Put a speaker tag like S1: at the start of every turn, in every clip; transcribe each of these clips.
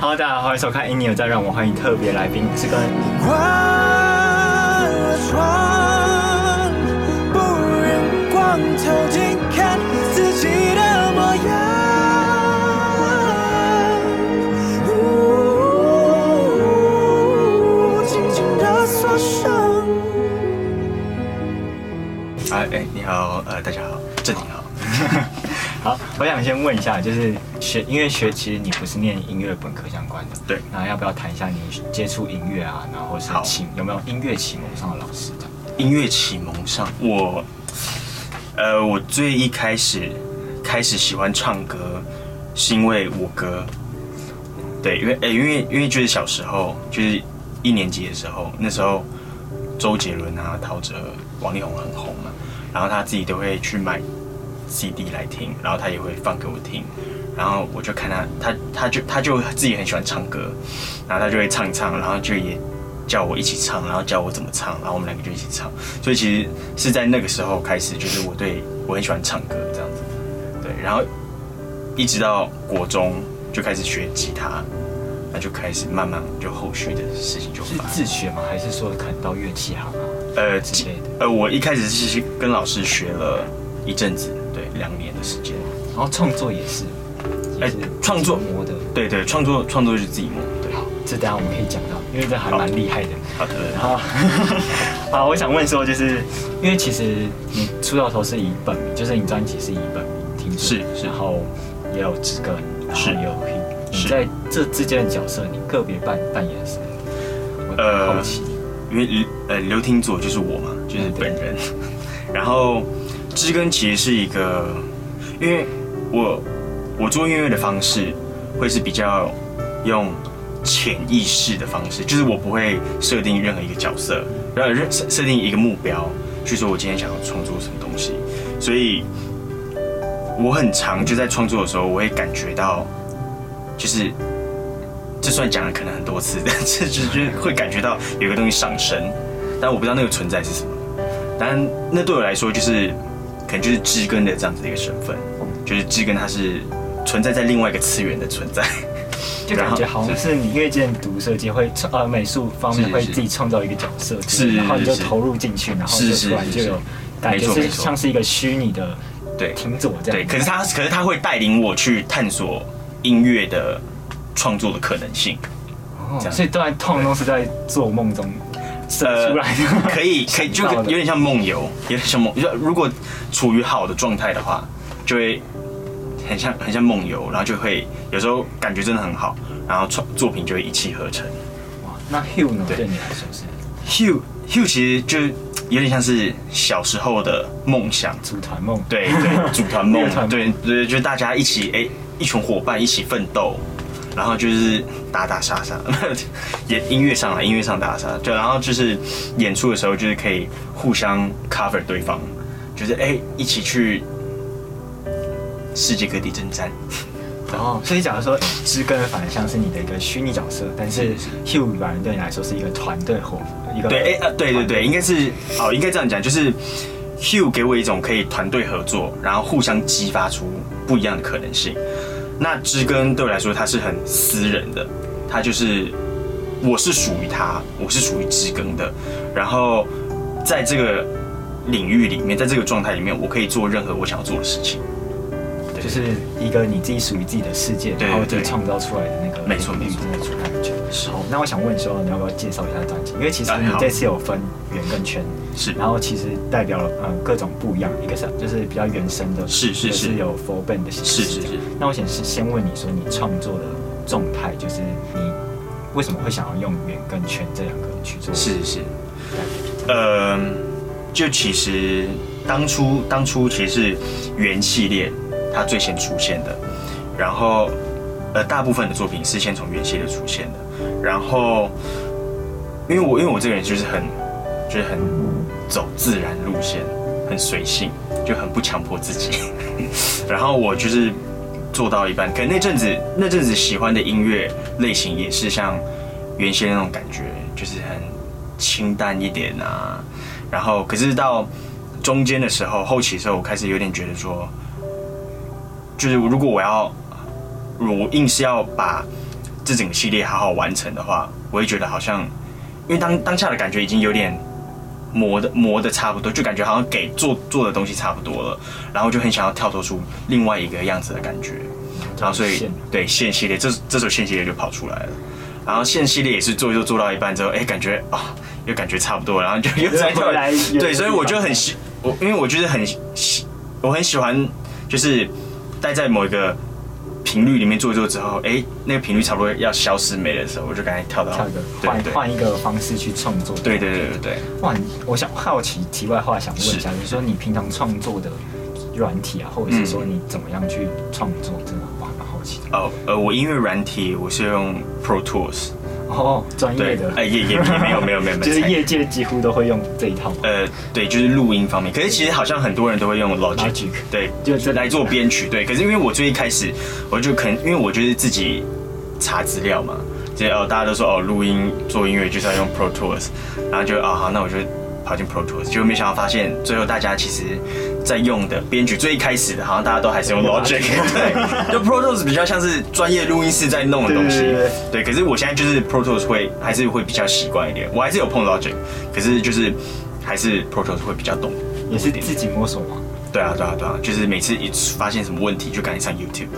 S1: Hello，大家好，欢迎收看《英尼有在》，让我欢迎特别来宾是跟
S2: 关了窗，不让光透进，看你自己的模样。呜，轻轻地锁上。
S1: 啊，哎，你好，呃，大家好，正经好。 好，我想先问一下，就是学音乐学，其实你不是念音乐本科相关的，
S3: 对
S1: 那要不要谈一下你接触音乐啊，然后是
S3: 好
S1: 启有没有音乐启蒙上的老师这样？
S3: 音乐启蒙上，我，呃，我最一开始开始喜欢唱歌，是因为我哥，对，因为诶、因为因为就是小时候，就是一年级的时候，那时候周杰伦啊、陶喆、王力宏很红嘛，然后他自己都会去买 CD 来听，然后他也会放给我听，然后我就看他，他他就他就自己很喜欢唱歌，然后他就会唱一唱，然后就也叫我一起唱，然后教我怎么唱，然后我们两个就一起唱。所以其实是在那个时候开始，就是我对我很喜欢唱歌这样子，对，然后一直到国中就开始学吉他，那就开始慢慢就后续的事情就是发生。
S1: 自学吗？还是说可能到乐器行啊？
S3: 呃
S1: 之类的
S3: 呃，我一开始是跟老师学了一阵子，对，两年的时间。
S1: 然后哦创作也是，也
S3: 哎
S1: 是
S3: 创作
S1: 摸的。
S3: 对对，创作创作就是自己摸。对，
S1: 好，这等一下我们可以讲到，因为这还蛮厉害的。
S3: 好的，
S1: 好， 好，我想问说，就是因为其实你出道头是以本名，就是你专辑是以本名听说
S3: 是是
S1: 然后也有知更，然后
S3: 是
S1: 也有 P。你
S3: 是
S1: 在这之间的角色，你个别扮扮演谁？我
S3: 呃
S1: 很好奇。
S3: 因为刘呃刘廷佐就是我嘛，就是本人。然后知根其实是一个，因为我我做音乐的方式会是比较用潜意识的方式，就是我不会设定任何一个角色，然后设设定一个目标，去说我今天想要创作什么东西，所以我很常就在创作的时候，我会感觉到，就是这算讲了可能很多次，但是就是就是会感觉到有一个东西上升，但我不知道那个存在是什么。当然，那对我来说就是可能就是知根的这样子的一个身份，就是知根它是存在在另外一个次元的存在。
S1: 就感觉好像是你因为之前读设计会创呃美术方面
S3: 是
S1: 会
S3: 是
S1: 自己创造一个角色，
S3: 是是
S1: 然后你就是投入进去，然后
S3: 是
S1: 就是突然就是有感
S3: 没
S1: 觉
S3: 错
S1: 是
S3: 没错
S1: 像是一个虚拟的
S3: 对，
S1: 听佐这
S3: 对，
S1: 样。
S3: 可是他，可是他会带领我去探索音乐的创作的可能性。
S1: 哦
S3: 这样呃
S1: 所以当然通常都是在做梦中射出来的。
S3: 可以，可以，就
S1: 到的
S3: 有点像梦游，有点像梦。就如果处于好的状态的话，就会很像很像梦游，然后就会有时候感觉真的很好，然后创作品就会一气呵成。
S1: 哇，那 Hugh 呢？
S3: 对
S1: 对你来说是
S3: Hugh Hugh 其实就有点像是小时候的梦想，
S1: 组团梦，
S3: 对对，组团梦
S1: 乐团，梦
S3: 对对，就大家一起哎、一群伙伴一起奋斗，然后就是打打杀 杀，也音乐上了，音乐上打打杀杀，就然后就是演出的时候就是可以互相 cover 对方，就是哎、一起去世界各地征战，
S1: 然后哦所以假如说知根反而像是你的一个虚拟角色，但是
S3: 是是
S1: Hugh 反而对你来说是一个团队伙，一个
S3: 对，哎、呃，对对对，应该是哦，应该这样讲，就是 Hugh 给我一种可以团队合作，然后互相激发出不一样的可能性。那知根对我来说，它是很私人的，它就是我是属于他，我是属于知根的。然后在这个领域里面，在这个状态里面，我可以做任何我想要做的事情。对
S1: 就是一个你自己属于自己的世界，
S3: 对
S1: 然后自己
S3: 对
S1: 创造出来的那个
S3: 没错
S1: 领域真的
S3: 没错
S1: 出感觉。
S3: 是
S1: 好，那我想问说，你要不要介绍一下专辑？因为其实
S3: 哎
S1: 你
S3: 好嗯
S1: 这次有分圆跟圈，
S3: 是
S1: 然后其实代表了呃各种不一样，一个是就是比较原声的，
S3: 是是
S1: 一个
S3: 是
S1: 有 for band 的形式
S3: 是是
S1: 这样
S3: 是
S1: 那我想是先问你说你创作的状态，就是你为什么会想要用圆跟圈这两个去做？
S3: 是是，呃，就其实当初当初其实是原系列它最先出现的，然后呃大部分的作品是先从原系列出现的，然后因为我因为我这个人就是很就是很走自然路线，很随性，就很不强迫自己，然后我就是。做到一半，可能那阵子那阵子喜欢的音乐类型也是像原先那种感觉，就是很清淡一点啊。然后，可是到中间的时候，后期的时候，我开始有点觉得说，就是如果我要，我硬是要把这整个系列好好完成的话，我会觉得好像，因为当当下的感觉已经有点磨的磨的差不多，就感觉好像给做做的东西差不多了，然后就很想要跳脱出另外一个样子的感觉，然后所以
S1: 线
S3: 对线系列这这首线系列就跑出来了。然后线系列也是做就做到一半之后，哎，感觉啊、又感觉差不多了，然后就又再跳
S1: 回来原
S3: 对，
S1: 地
S3: 所以我就
S1: 方
S3: 很
S1: 向
S3: 喜我，因为我就是很喜，我很喜欢就是待在某一个频率里面做一做之后，哎，那个频率差不多要消失没的时候，我就赶紧跳到
S1: 跳一个
S3: 对
S1: 换
S3: 对
S1: 换一个方式去创作。
S3: 对对对对对，
S1: 哇，你我想好奇题外话，想问一下，
S3: 是
S1: 就是说你平常创作的软体啊，或者是说你怎么样去创作，真的我还蛮好奇的。
S3: 哦呃，我音乐软体我是用 Pro Tools，
S1: 哦，专业
S3: 对
S1: 的，，
S3: 哎也也也没有没有 没有，没有
S1: 就是
S3: 才
S1: 业界几乎都会用这一套嘛。
S3: 呃对，就是录音方面，可是其实好像很多人都会用
S1: Logic
S3: 对，
S1: 就
S3: 就
S1: 这
S3: 来做编曲，对。可是因为我最一开始，我就可能因为我就是自己查资料嘛，就哦大家都说哦录音做音乐就是要用 Pro Tools，然后就哦好，那我就跑进 Pro Tools，结果没想到发现最后大家其实在用的编曲最一开始的，好像大家都还是用 Logic，对，就 Pro Tools 比较像是专业录音室在弄的东西，
S1: 对对对
S3: 对，可是我现在就是 Pro Tools 会还是会比较习惯一点，我还是有碰 Logic，可是就是还是 Pro Tools 会比较懂。
S1: 也是自己摸索嘛。
S3: 对啊，对啊，对啊，就是每次一发现什么问题就赶紧上 YouTube。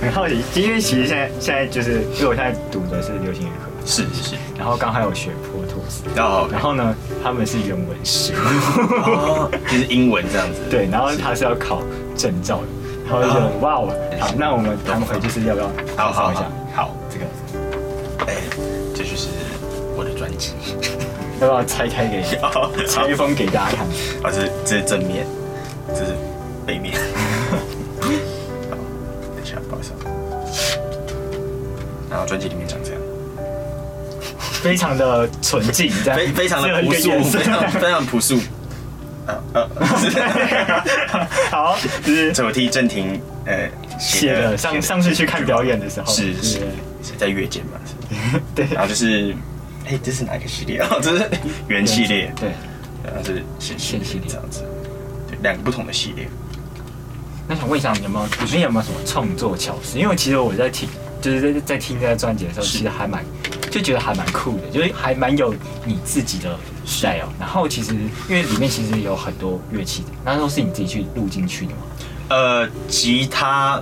S1: 很好奇，因为其实现在现在就是因为我现在读的是流行乐科，
S3: 是是是，
S1: 然后刚好有学 Pro Tools，
S3: 然后
S1: 然后呢，他们是原文师，
S3: 哦就是英文这样子。
S1: 对，然后他是要考证照的，然后就
S3: 哦
S1: 哇哦，好，那我们谈回就是要不要
S3: 好
S1: 介
S3: 好
S1: 绍一
S3: 好
S1: 下
S3: 好，
S1: 这个，
S3: 哎，这就是我的专辑。
S1: 要不要拆开给
S3: 哦，
S1: 拆封给大家看？
S3: 好，这是这是正面，这是 背面。好，等一下，不好意思啊。然后专辑里面长这样，
S1: 非常的纯 净，这样
S3: 非非常
S1: 只
S3: 的
S1: 有一
S3: 朴
S1: 个
S3: 素，
S1: 颜色
S3: 非 常非常 朴素。啊啊，
S1: 好，就是
S3: 这我替郑婷呃
S1: 写的上上次去看表演的时候，
S3: 是是
S1: 对
S3: 是在月间嘛，是
S1: 对
S3: 然后就是， 哎、这是哪一个系 列啊？这是原系列，
S1: 对。
S3: 然后是线系
S1: 线系
S3: 列
S1: 列
S3: 这样子，对，两个不同的系列。
S1: 那想问一下，你有没有你们有没有什么创作巧思？因为其实我在听，就是在在听这个专辑的时候，
S3: 是
S1: 其实还蛮就觉得还蛮酷的，就是还蛮有你自己的 style。然后其实因为里面其实有很多乐器的，那都是你自己去录进去的嘛。
S3: 呃，吉他，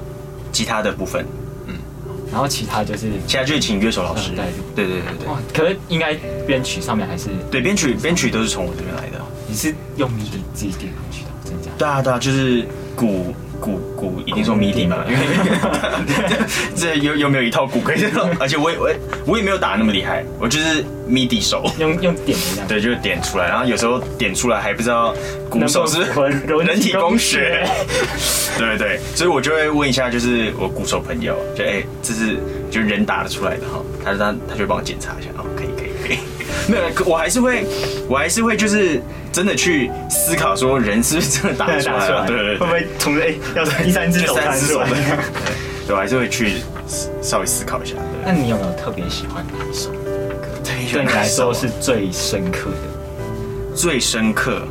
S3: 吉他的部分，
S1: 然后其他就是
S3: 其他就是请乐手老师
S1: 嗯带入，
S3: 对对对对
S1: 哇，可是应该编曲上面还是
S3: 对，编曲编曲都是从我这边来的。
S1: 你是用 MIDI 自己点上去的，真的假的？
S3: 对啊对啊，就是鼓鼓鼓一定说谜底嘛，因为 这这有有没有一套鼓可以用？ 而且我也我也我也没有打那么厉害，我就是谜底手。
S1: 用用点的这样。
S3: 对，就是点出来，然后有时候点出来还不知道鼓手是
S1: 能够符合
S3: 人
S1: 人
S3: 体
S1: 体
S3: 工
S1: 工
S3: 学
S1: 学，
S3: 对对对，所以我就会问一下，就是我鼓手朋友，就哎、这是就人打得出来的哈，他就他他就帮我检查一下，哦，可以可以可以， 没有，可我还是会，我还是会就是真的去思考说人是不是真的打得出 来啊，对对对，
S1: 会不会从哎、要是第三只
S3: 就
S1: 手
S3: 三
S1: 弹
S3: 只
S1: 出
S3: 手
S1: 来
S3: 的？， 对，我还是会去思稍微思考一下，对
S1: 那你有没有特别喜欢哪一首？
S3: 对，
S1: 对你来说是
S3: 手
S1: 最深刻的？
S3: 最深刻，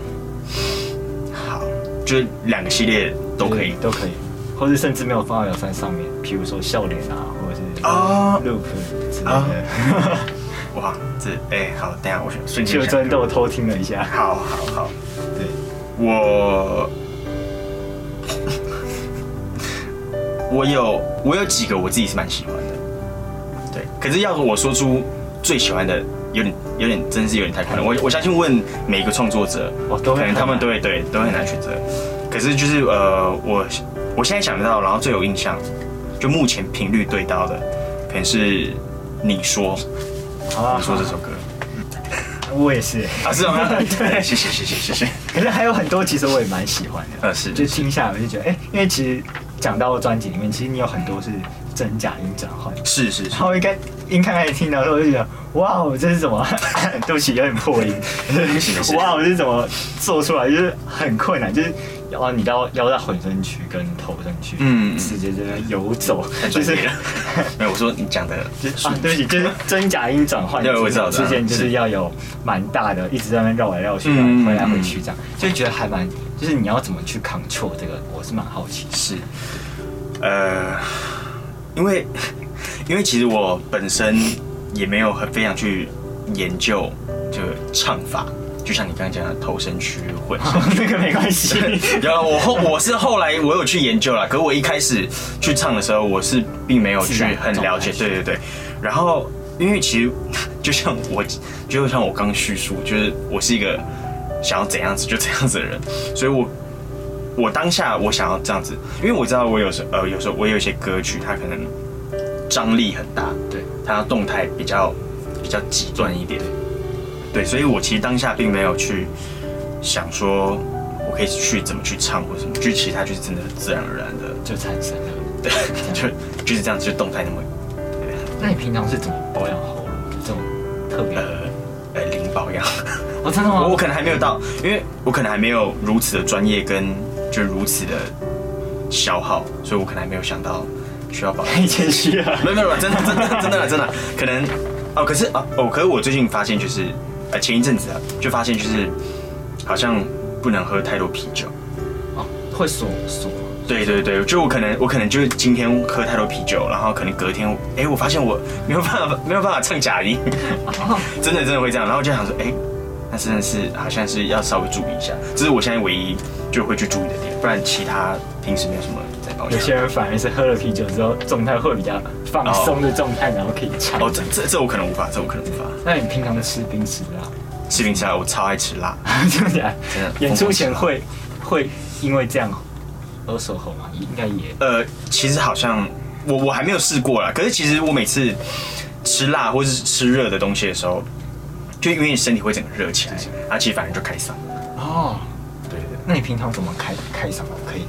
S3: 好，就是两个系列都可以
S1: 对。都可以，或者甚至没有放到表单上面，比如说笑脸啊，或者是
S3: 啊
S1: loop 之类
S3: 啊
S1: 的。
S3: 哇，这哎、好，等一下我瞬 间
S1: 就
S3: 想
S1: 真的我偷听了一下，
S3: 好好好，
S1: 对，
S3: 我 我有我有几个我自己是蛮喜欢的，对，可是要我说出最喜欢的，有点有点真是有点太困难。我我相信问每一个创作者，
S1: 哦都
S3: 可
S1: 很
S3: 能他们
S1: 难
S3: 都会对都很难选择。可是就是呃，我我现在想得到，然后最有印象，就目前频率对到的，可能是你说
S1: 好啊
S3: 你说这首歌
S1: 我也是，
S3: 啊，是吗？ 对，谢谢谢谢谢谢，
S1: 可是还有很多其实我也蛮喜欢的，
S3: 呃是
S1: 就听下来我就觉得，哎，因为其实讲到专辑里面，其实你有很多是真假音转换。
S3: 是是是
S1: 然，后应该应该开始听到的时候我就觉得，哇哦，这是什么？ 对不起，有点破音
S3: 起没事。
S1: 哇哦，这是怎么做出来？就是很困难，就是哦，你要要在混声区跟头声区，
S3: 嗯
S1: 嗯，直接在那游走
S3: 太，
S1: 就
S3: 专
S1: 是
S3: 业了。没有，我说你讲的
S1: 就是啊，对不起，就是真假音转换
S3: 对我知道
S1: 之间
S3: 知
S1: 就
S3: 道
S1: 是要有蛮大的，一直在那边绕来绕去，然
S3: 嗯
S1: 后回来回去这样，就觉得还蛮，就是你要怎么去 control 这个，我是蛮好奇的。
S3: 是，呃，因为因因为其实我本身也没有很非常去研究就唱法，就像你刚刚讲的头身区混声。
S1: 那个没关系。
S3: 然后我后我是后来我有去研究了，可我一开始去唱的时候，我是并没有去很了解，
S1: 自
S3: 对
S1: 然
S3: 对对。然后因为其实就像我就像我刚叙述，就是我是一个想要怎样子就怎样子的人，所以我我当下我想要这样子，因为我知道我有时呃有时候我有一些歌曲它可能张力很大，
S1: 对，
S3: 它动态比较比较极端一点，对，所以我其实当下并没有去想说我可以去怎么去唱或什么，就其实它就是真的自然而然的，
S1: 就产生了。
S3: 对， 就就是这样子，就动态那么
S1: 那你平常是怎么保养喉咙的？这种特别
S3: 呃？呃灵保一样。
S1: 哦，真的
S3: 我我
S1: 吗？
S3: 可能还没有到，因为我可能还没有如此的专业跟就如此的消耗，所以我可能还没有想到需要保养。
S1: 太谦虚了。
S3: 没有没有，没有真的真的真的真的真的，可能哦，可是啊哦，可是我最近发现就是，呃，前一阵子啊，就发现就是好像不能喝太多啤酒。
S1: 哦，会锁锁吗。
S3: 对对对，就我可能我可能就是今天喝太多啤酒，然后可能隔天，哎，我发现我没有办法没有办法唱假音，
S1: 哦
S3: 真的真的会这样，然后我就想说，哎，那真的是好像是要稍微注意一下，这是我现在唯一就会去注意的点，不然其他平时没有什么在保
S1: 有
S3: 养。
S1: 些人反而是喝了啤酒之后，状态会比较放松的状态，然后可以唱。
S3: 哦，这这这我可能无法，这我可能无法。
S1: 那你平常吃冰啊吃辣吗？
S3: 吃冰吃辣，我超爱吃辣，
S1: 真的假
S3: 真的
S1: 的？演出前会会因为这样而手红吗？应该也
S3: 呃，其实好像我我还没有试过啦。可是其实我每次吃辣或是吃热的东西的时候，就因为你身体会整个热起来，然后其实反而就开嗓。
S1: 哦。
S3: 对对
S1: 那你平常怎么开开嗓的？可以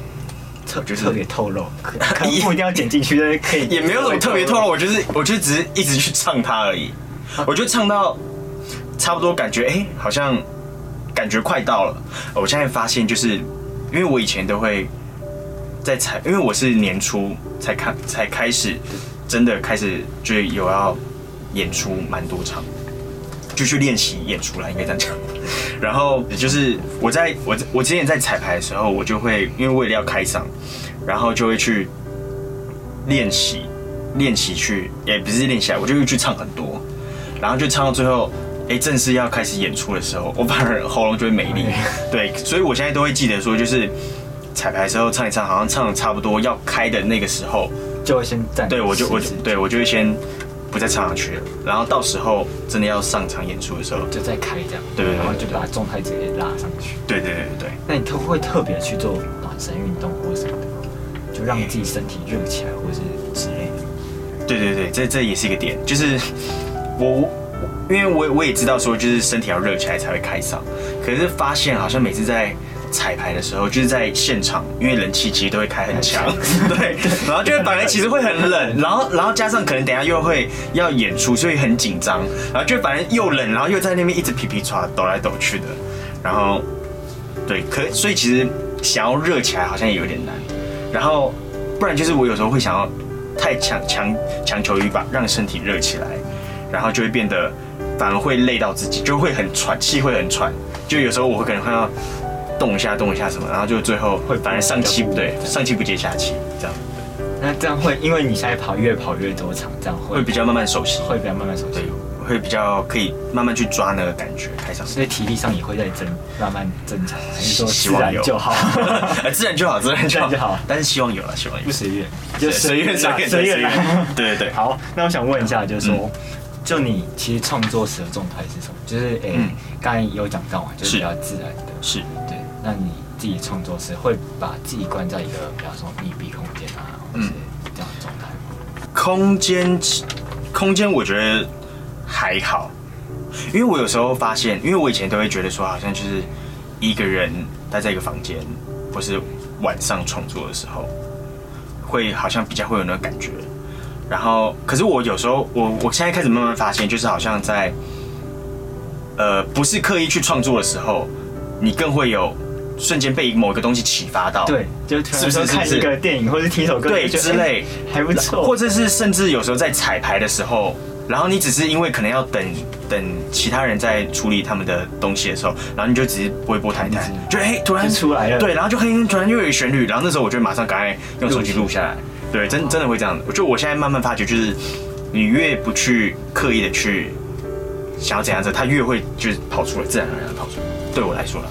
S1: 特
S3: 就是
S1: 特别透 露，可可能不一定要剪进去，但是可以
S3: 也没有什么特别透露，。我就是我就只是一直去唱它而已。我就唱到差不多，感觉哎、诶好像感觉快到了。我现在发现，就是因为我以前都会在采，因为我是年初才看才开始，真的开始就是有要演出蛮多场，就去练习演出了，应该这样讲。 然后就是我在我在我之前在彩排的时候，我就会因为为了要开嗓，然后就会去练习，练习去也不是练习啊，我就会去唱很多，然后就唱到最后，哎、正式要开始演出的时候，我反而喉咙就会没力。 对，所以我现在都会记得说，就是彩排的时候唱一唱，好像唱的差不多要开的那个时候，
S1: 就会先暂停
S3: 对我就我
S1: 试
S3: 就
S1: 试
S3: 对我就会先不再唱下去了，然后到时候真的要上场演出的时候，
S1: 就再开这样，
S3: 对对对
S1: 然后就把状态直接拉上去。
S3: 对对对对
S1: 那你特会特别去做暖身运动或什么的吗，就让自己身体热起来，或是之类的。
S3: 对对对，这这也是一个点，就是我我因为我我也知道说，就是身体要热起来才会开嗓，可是发现好像每次在彩排的时候，就是在现场，因为冷气其实都会开很强，对，然后就会本来其实会很冷，然后然后加上可能等一下又会要演出，所以很紧张，然后就反正又冷，然后又在那边一直皮皮抓抖来抖去的，然后对，可所以其实想要热起来好像也有点难，然后不然就是我有时候会想要太强强强求于把让身体热起来，然后就会变得反而会累到自己，就会很喘，气会很喘，就有时候我会可能会要动一下动一下什么，然后就最后会反而上气不对，上气不接下气，这样
S1: 那这样会，因为你现在跑越跑越多场，这样会
S3: 会比较慢慢熟悉，
S1: 会比较慢慢熟
S3: 嗯对
S1: 悉，，
S3: 会比较可以慢慢去抓那个感觉，开场。
S1: 所以体力上也会在增慢慢增长，还是说
S3: 希
S1: 自
S3: 望
S1: 然
S3: 有
S1: 就好？
S3: 呃， 自然就好，自然就好，
S1: 自然就好
S3: 但是希望有了，希望有
S1: 不，随便，
S3: 对
S1: 就
S3: 随缘随
S1: 啦
S3: 便
S1: 随缘啦。
S3: 对对对，
S1: 好，那我想问一下，就是说
S3: 嗯，
S1: 就你其实创作时的状态是什么？就是诶
S3: 嗯，
S1: 刚才有讲到嘛，就是
S3: 是
S1: 比较自然的。
S3: 是。
S1: 对，那你自己创作时会把自己关在一个，比方说密闭空间啊，或是
S3: 嗯
S1: 这样的状态吗？
S3: 空间，空间我觉得还好，因为我有时候发现，因为我以前都会觉得说，好像就是一个人待在一个房间，或是晚上创作的时候，会好像比较会有那个感觉。然后，可是我有时候，我我现在开始慢慢发现，就是好像在，呃，不是刻意去创作的时候，你更会有瞬间被某一个东西启发到，
S1: 对，就突
S3: 是不
S1: 然
S3: 是
S1: 说
S3: 是不
S1: 看
S3: 是
S1: 一个电影或是听一首歌，
S3: 对
S1: 就觉
S3: 之
S1: 得
S3: 类。
S1: 诶还不错，
S3: 或者是甚至有时候在彩排的时候，然后你只是因为可能要等等其他人在处理他们的东西的时候，然后你就只是微波弹一弹
S1: 弹一弹，
S3: 就哎、突
S1: 嗯
S3: 然
S1: 就出嗯来了
S3: 对，然后就很突然就有一个旋律，然后那时候我就马上赶快用手机录下来，对，真真的会这样，就我现在慢慢发觉就是。你越不去刻意的去想要怎样子，它越会就是跑出来，自然而然地跑出来。对我来说啦，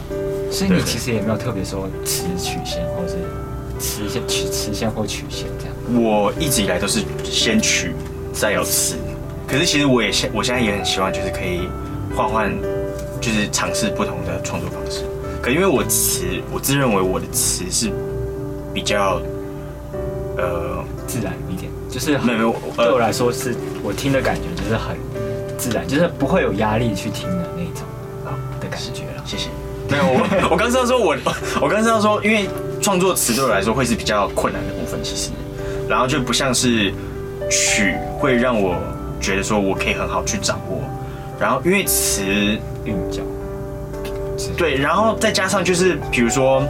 S1: 所以你
S3: 对
S1: 其实也没有特别说词曲线，或是词线曲词线或曲线这样。
S3: 我一直以来都是先曲，再有词。可是其实我也现我现在也很希望，就是可以换换，就是尝试不同的创作方式。可因为我词，我自认为我的词是比较，呃，
S1: 自然一点，就是很
S3: 没有没有，
S1: 对我
S3: 呃，
S1: 来说是我听的感觉就是很自然，就是不会有压力去听的那种
S3: 啊
S1: 的感觉了。
S3: 谢谢。没有，我 我刚是要说我，我刚是要说，因为创作词对我来说会是比较困难的部分，其实，然后就不像是曲会让我觉得说我可以很好去掌握，然后因为词
S1: 韵脚，
S3: 对，然后再加上就是比如说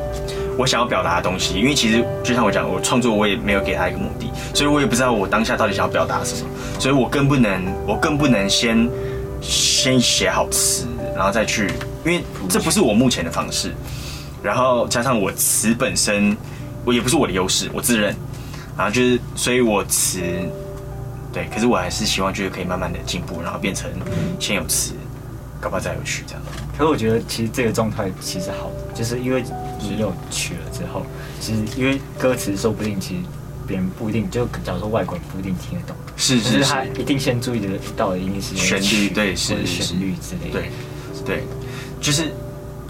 S3: 我想要表达的东西，因为其实就像我讲，我创作我也没有给他一个目的，所以我也不知道我当下到底想要表达什么，所以我更不能，我更不能先先写好词，然后再去，因为这不是我目前的方式。然后加上我词本身，我也不是我的优势，我自认。然后就是，所以我词，对，可是我还是希望就是可以慢慢的进步，然后变成先有词，搞不好再有曲这样。
S1: 可是我觉得其实这个状态其实好的，就是因为你有曲了之后，其实因为歌词说不定其实别人不一定，就假如说外国人不一定听得懂，
S3: 嗯是
S1: 只是他一定先注意的到的一定是
S3: 旋律
S1: 曲
S3: 对
S1: 或者
S3: 是是
S1: 旋律之类的。
S3: 对，对，就是，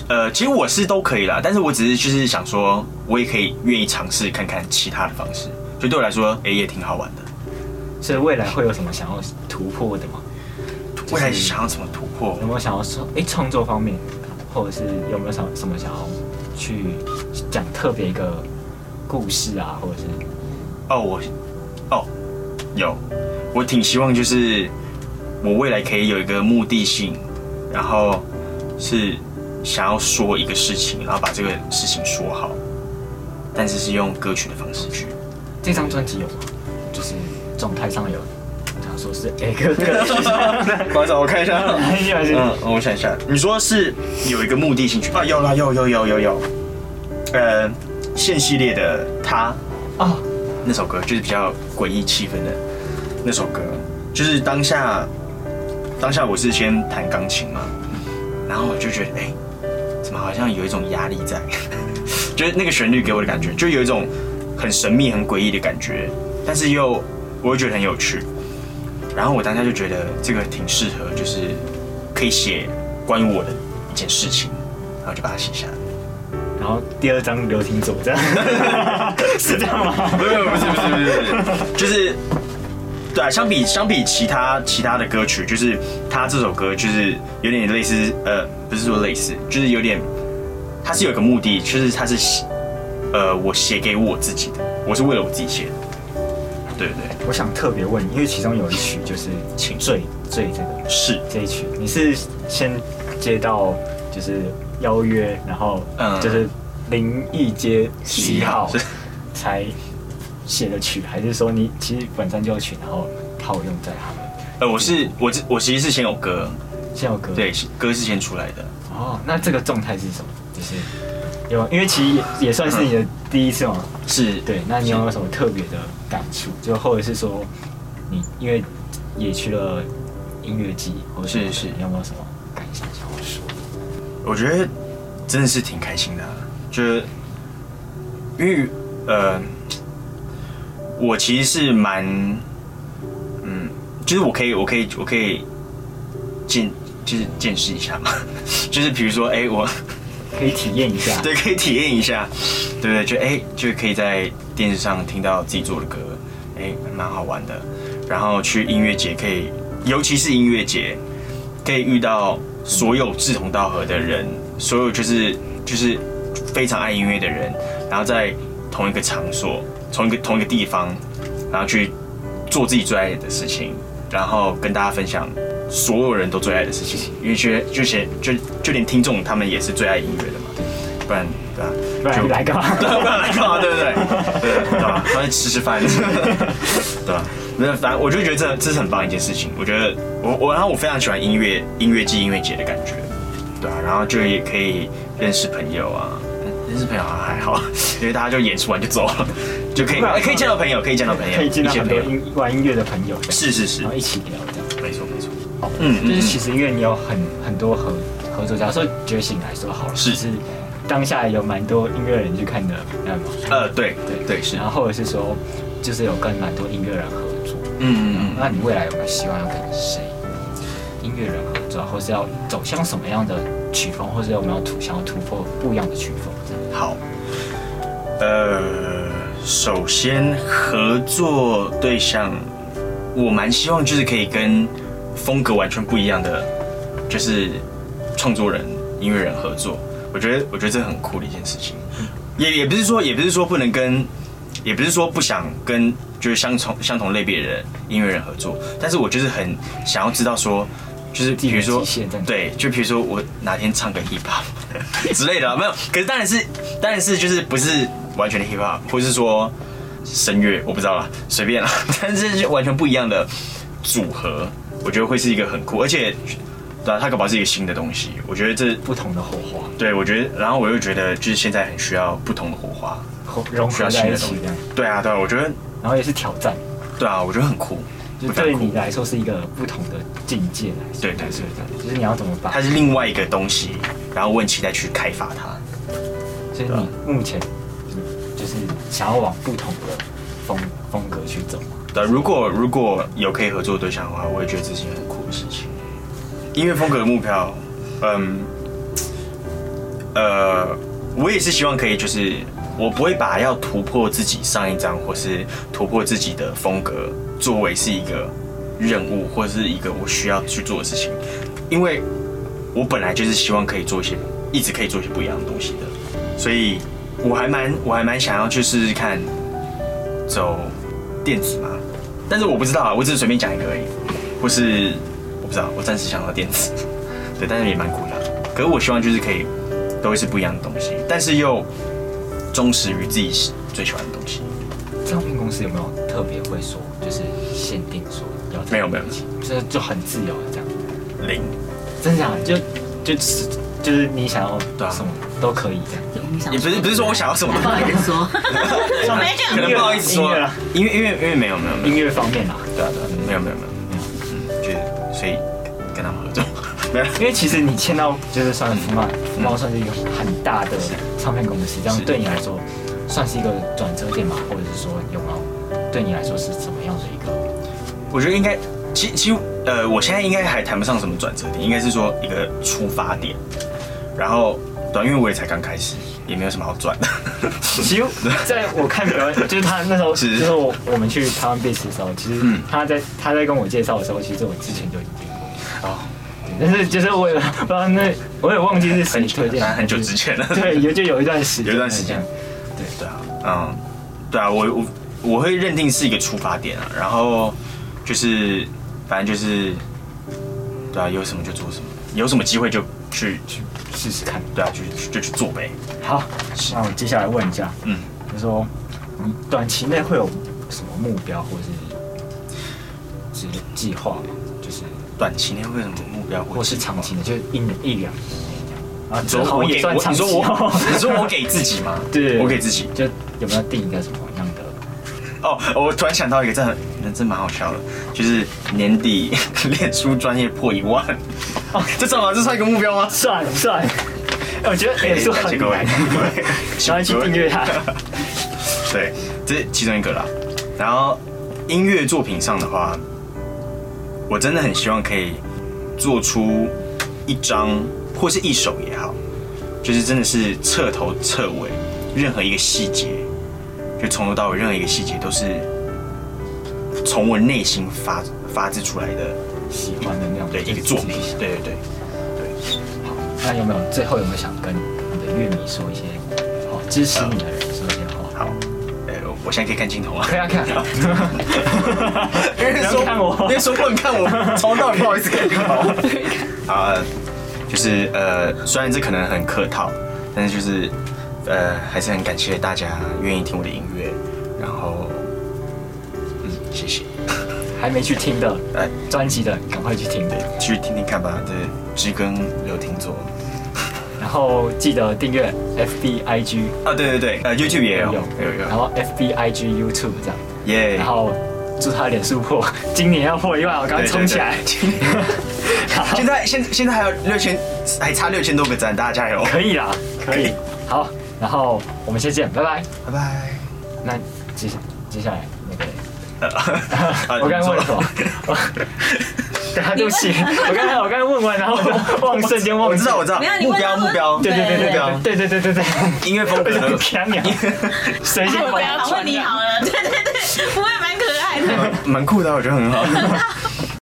S3: 呃，其实我是都可以啦，但是我只是就是想说，我也可以愿意尝试看看其他的方式，就对我来说，哎、也挺好玩的。
S1: 所以未来会有什么想要突破的吗？
S3: 未来想要怎么突破
S1: 有？没有想要说，诶，创作方面，或者是有没有想什么想要去讲特别一个故事啊，或者是
S3: 哦，我，哦，有，我挺希望就是我未来可以有一个目的性，然后是想要说一个事情，然后把这个事情说好，但是是用歌曲的方式 去。
S1: 这张专辑有吗？就是状态上有，他说是 诶，个歌曲，
S3: 馆长，我看一下
S1: 还是 还是
S3: 嗯，我想一下，你说是有一个目的性去啊？有啦，有有有有有。呃，现系列的他
S1: 啊，
S3: 那首歌就是比较诡异气氛的那首歌，就是当下当下我是先弹钢琴嘛，然后我就觉得哎、怎么好像有一种压力在， 就是那个旋律给我的感觉，就有一种很神秘、很诡异的感觉，但是又我又觉得很有趣。然后我当下就觉得这个挺适合，就是可以写关于我的一件事情，然后就把它写下来。
S1: 然后第二张刘婷佐这样，是这样吗？
S3: 没有，不是不是不是不是，就是对啊，相比相比其他其他的歌曲，就是他这首歌就是有点类似，呃，不是说类似，就是有点，它是有一个目的，就是它是写，呃，我写给我自己的，我是为了我自己写的，对对对，
S1: 我想特别问，因为其中有一曲就是《请醉醉》这个
S3: 是，
S1: 这一曲，你是先接到就是邀约，然后
S3: 嗯
S1: 就是灵异街七号
S3: 是
S1: 才写的曲，还是说你其实本身就有曲，然后套用在他们
S3: 呃，我是我这我其实是先有歌，
S1: 现在有歌？
S3: 对，歌是先出来的，
S1: 哦，那这个状态是什么？就是有，因为其实也也算是你的第一次嘛。
S3: 是，
S1: 对，那你有没有什么特别的感触？就或者是说你因为也去了音乐季，或者什么的
S3: 是是
S1: 你有没有什么感想想要说？
S3: 我觉得真的是挺开心的啊、就是因为呃，我其实是蛮，嗯，就是我可以，我可以，我可以见，就是见识一下嘛， 就是比如说，哎、我
S1: 可以体验一下。
S3: 对，可以体验一下，对不对？就哎、就可以在电视上听到自己做的歌，哎、蛮好玩的。然后去音乐节可以，尤其是音乐节，可以遇到所有志同道合的人，所有就是就是非常爱音乐的人，然后在同一个场所，同一个同一个地方，然后去做自己最爱的事情，然后跟大家分享所有人都最爱的事情，因为觉得就写就就连听众他们也是最爱音乐的嘛，不然对吧、
S1: 不然你来干嘛？
S3: 不然来干嘛？对不对？对对吧？然后吃吃饭，对吧？那反正我就觉得这这是很棒的一件事情。我觉得我我然后我非常喜欢音乐音乐季音乐节的感觉，对啊，然后就也 可以认识朋友啊，认识朋友好像还好，因为大家就演出完就走了，就可以哎可以见到朋友，可以见到朋友，
S1: 可以见到
S3: 一些
S1: 很
S3: 朋
S1: 多
S3: 友，
S1: 音玩音乐的朋友，这样
S3: 是是是
S1: 然，后一起聊这样。
S3: 没错没错，嗯
S1: 嗯，
S3: 嗯
S1: 就是其实因为你有很很多合合作，假如说觉醒来说好了，
S3: 是
S1: 就是当下有蛮多音乐人去看的，那嘛，
S3: 呃，对对
S1: 对
S3: 对是，
S1: 然后或者是说就是有跟蛮多音乐人合作，
S3: 嗯嗯嗯，
S1: 那你未来有没有希望要跟谁音乐人合作，或是要走向什么样的曲风，或是有没有突想要突破不一样的曲风这样？
S3: 好，呃，首先合作对象，我蛮希望就是可以跟风格完全不一样的，就是创作人、音乐人合作。我觉得，我觉得这很酷的一件事情。也也不是说，也不是说不能跟，也不是说不想跟就是相同相同类别的音乐人合作，但是我就是很想要知道说，就是比如说
S1: 自己的极限在哪
S3: 对，就比如说我哪天唱个 hip hop 之类的啊，没有。可是当然是，当然是就是不是完全的 hip hop，或是说声乐，我不知道啦，随便啦。 但是就完全不一样的组合，我觉得会是一个很酷，而且对啊，它可能是一个新的东西。我觉得这
S1: 不同的火花，
S3: 对我觉得，然后我又觉得就是现在很需要不同的火花，
S1: 火融
S3: 需
S1: 合
S3: 要
S1: 在
S3: 新
S1: 一
S3: 的东
S1: 起
S3: 西
S1: 这样，。
S3: 对啊，对啊，我觉得
S1: 然后也是挑战，
S3: 对啊，我觉得很酷，
S1: 就
S3: 我觉得
S1: 对
S3: 很酷
S1: 你来说是一个不同的境界来说，
S3: 对对对对，
S1: 就是你要怎么把
S3: 它是另外一个东西，然后我很期待去开发它。
S1: 所以
S3: 啊
S1: 你目前就是想要往不同的风风格去走嘛？
S3: 对啊，如果如果有可以合作对象的话，我也觉得这是一件很酷的事情。音乐风格的目标，嗯，呃，我也是希望可以，就是我不会把要突破自己上一张或是突破自己的风格作为是一个任务或是一个我需要去做的事情，因为我本来就是希望可以做一些，一直可以做一些不一样的东西的，所以我还蛮我还蛮想要去试试看走电子嘛，但是我不知道啊，我只是随便讲一个而已，或是我不知道，我暂时想到电子， 对，但是也蛮酷的啊、可是我希望就是可以都会是不一样的东西，但是又忠实于自己喜最喜欢的东西。
S1: 唱片公司有没有特别会说，就是限定说要
S3: 没有没有
S1: 这就很自由的这样，
S3: 零，
S1: 真假的就就是就是你想要
S3: 对啊
S1: 什么都可以这样。
S4: 有影响
S3: 也不是不是说我想 要什么
S4: 不好意思 说，没这样
S3: 可能不好意思说
S1: 音乐啦，
S3: 因为因为因为没有没有没有，
S1: 音乐方面啊，
S3: 对啊对啊，没有没有没有，嗯，就是所以跟他们 合作，没有啦，
S1: 因为其实你签到就是算福茂，福茂算是一个很大的
S3: 是
S1: 唱片公司，这样
S3: 是
S1: 对你来说算是一个转折点嘛，或者是说有没有对你来说是怎么样的一个？
S3: 我觉得应该，其其实呃，我现在应该还谈不上什么转折点，应该是说一个出发点，然后对啊，因为我也才刚开始，也没有什么好转的。
S1: 其实在我看表演，就是他那时候，
S3: 是
S1: 就是我我们去台湾 beach 的时候，其实
S3: 嗯
S1: 他在他在跟我介绍的时候，其实我之前就已经听过，
S3: 哦，
S1: 但是就是我也不知道那我也忘记是谁推荐的，
S3: 很很久之前了。
S1: 对，有就有一段时间，
S3: 有一段时间对啊，嗯， 对啊，我我我会认定是一个出发点啊，然后啊就是反正就是，对啊，有什么就做什么，有什么机会就去去，
S1: 试试看。
S3: 对啊，就去就去做呗。
S1: 好，那我接下来问一下，
S3: 嗯，
S1: 就说你短期内会有什么目标或是计计划吗？就是
S3: 短期内会有什么目标
S1: 或是
S3: 计划
S1: 长期的，就是一年一两年这样。啊，
S3: 你
S1: 这
S3: 说
S1: 好
S3: 我
S1: 像也
S3: 给
S1: 算
S3: 我，
S1: 长
S3: 你
S1: 期
S3: 说我
S1: 哦。，
S3: 你说我给自己吗？
S1: 对
S3: 我给自己。
S1: 就呃有没有定一个什么样的？
S3: 哦，我突然想到一个，真的很真蛮好笑的，就是年底 脸书专业破一万，哦，这算吗？这算一个目标吗？哎
S1: 算算，我觉得也呃是
S3: 感谢
S1: 很
S3: 各位
S1: 难，
S3: 对
S1: 赶快去订阅它。
S3: 对，这是其中一个啦。然后音乐作品上的话，我真的很希望可以做出一张或是一首也好，就是真的是彻头彻尾，任何一个细节，就从头到尾任何一个细节都是从我内心发发自出来的，
S1: 喜欢的那种
S3: 对一个作 品，对对对。
S1: 那有没有最后有没有想跟你的乐迷说一些哦支持你的人说一些话？
S3: 好，呃，我现在可以看镜头啊。
S1: 可以啊，可以啊。
S3: 因为
S1: 不要看我
S3: 因为说不能看我，从头到尾不好意思看镜 头。啊，就是呃，虽然这可能很客套，但是就是呃，还是很感谢大家愿意听我的音乐，然后嗯，谢谢，
S1: 还没去听的
S3: 哎，
S1: 专辑的，赶快去听。
S3: 对，去听听看吧，这知根刘廷佐，
S1: 然后记得订阅 FB IG
S3: 啊，对对对，呃，YouTube 也有
S1: 有
S3: 有
S1: 然
S3: 有，
S1: 后 FB IG YouTube 这样，
S3: 耶
S1: 然后祝他脸书破，今年要破一万，我赶快冲起 来！好
S3: 现在现现在还有六千，还差六千多个赞，大家加 油！
S1: 可以啦，可
S3: 可
S1: 以
S3: 以，
S1: 好，然后我们先见，拜拜。
S3: 拜拜。
S1: 那接下接下来那个。
S3: 啊
S1: 我刚才问了什么？对啊，对不起，我刚才我刚才问完，然后忘瞬间忘
S3: 我
S1: 记
S3: 知道，我知道
S4: 没有，你
S3: 目
S4: 问
S3: 标
S4: 他说
S3: 目标，
S1: 对对对
S3: 目
S1: 对
S3: 标，
S1: 对对对对对
S3: 音乐风格
S1: 对，
S3: 的
S1: 飘渺，谁先
S4: 哎我
S1: 把
S4: 来
S1: 它
S4: 访问
S1: 传
S4: 你
S1: 的
S3: 嗯
S4: 好了，对对对，不会蛮可爱的。
S3: 蛮酷的，我觉得很好。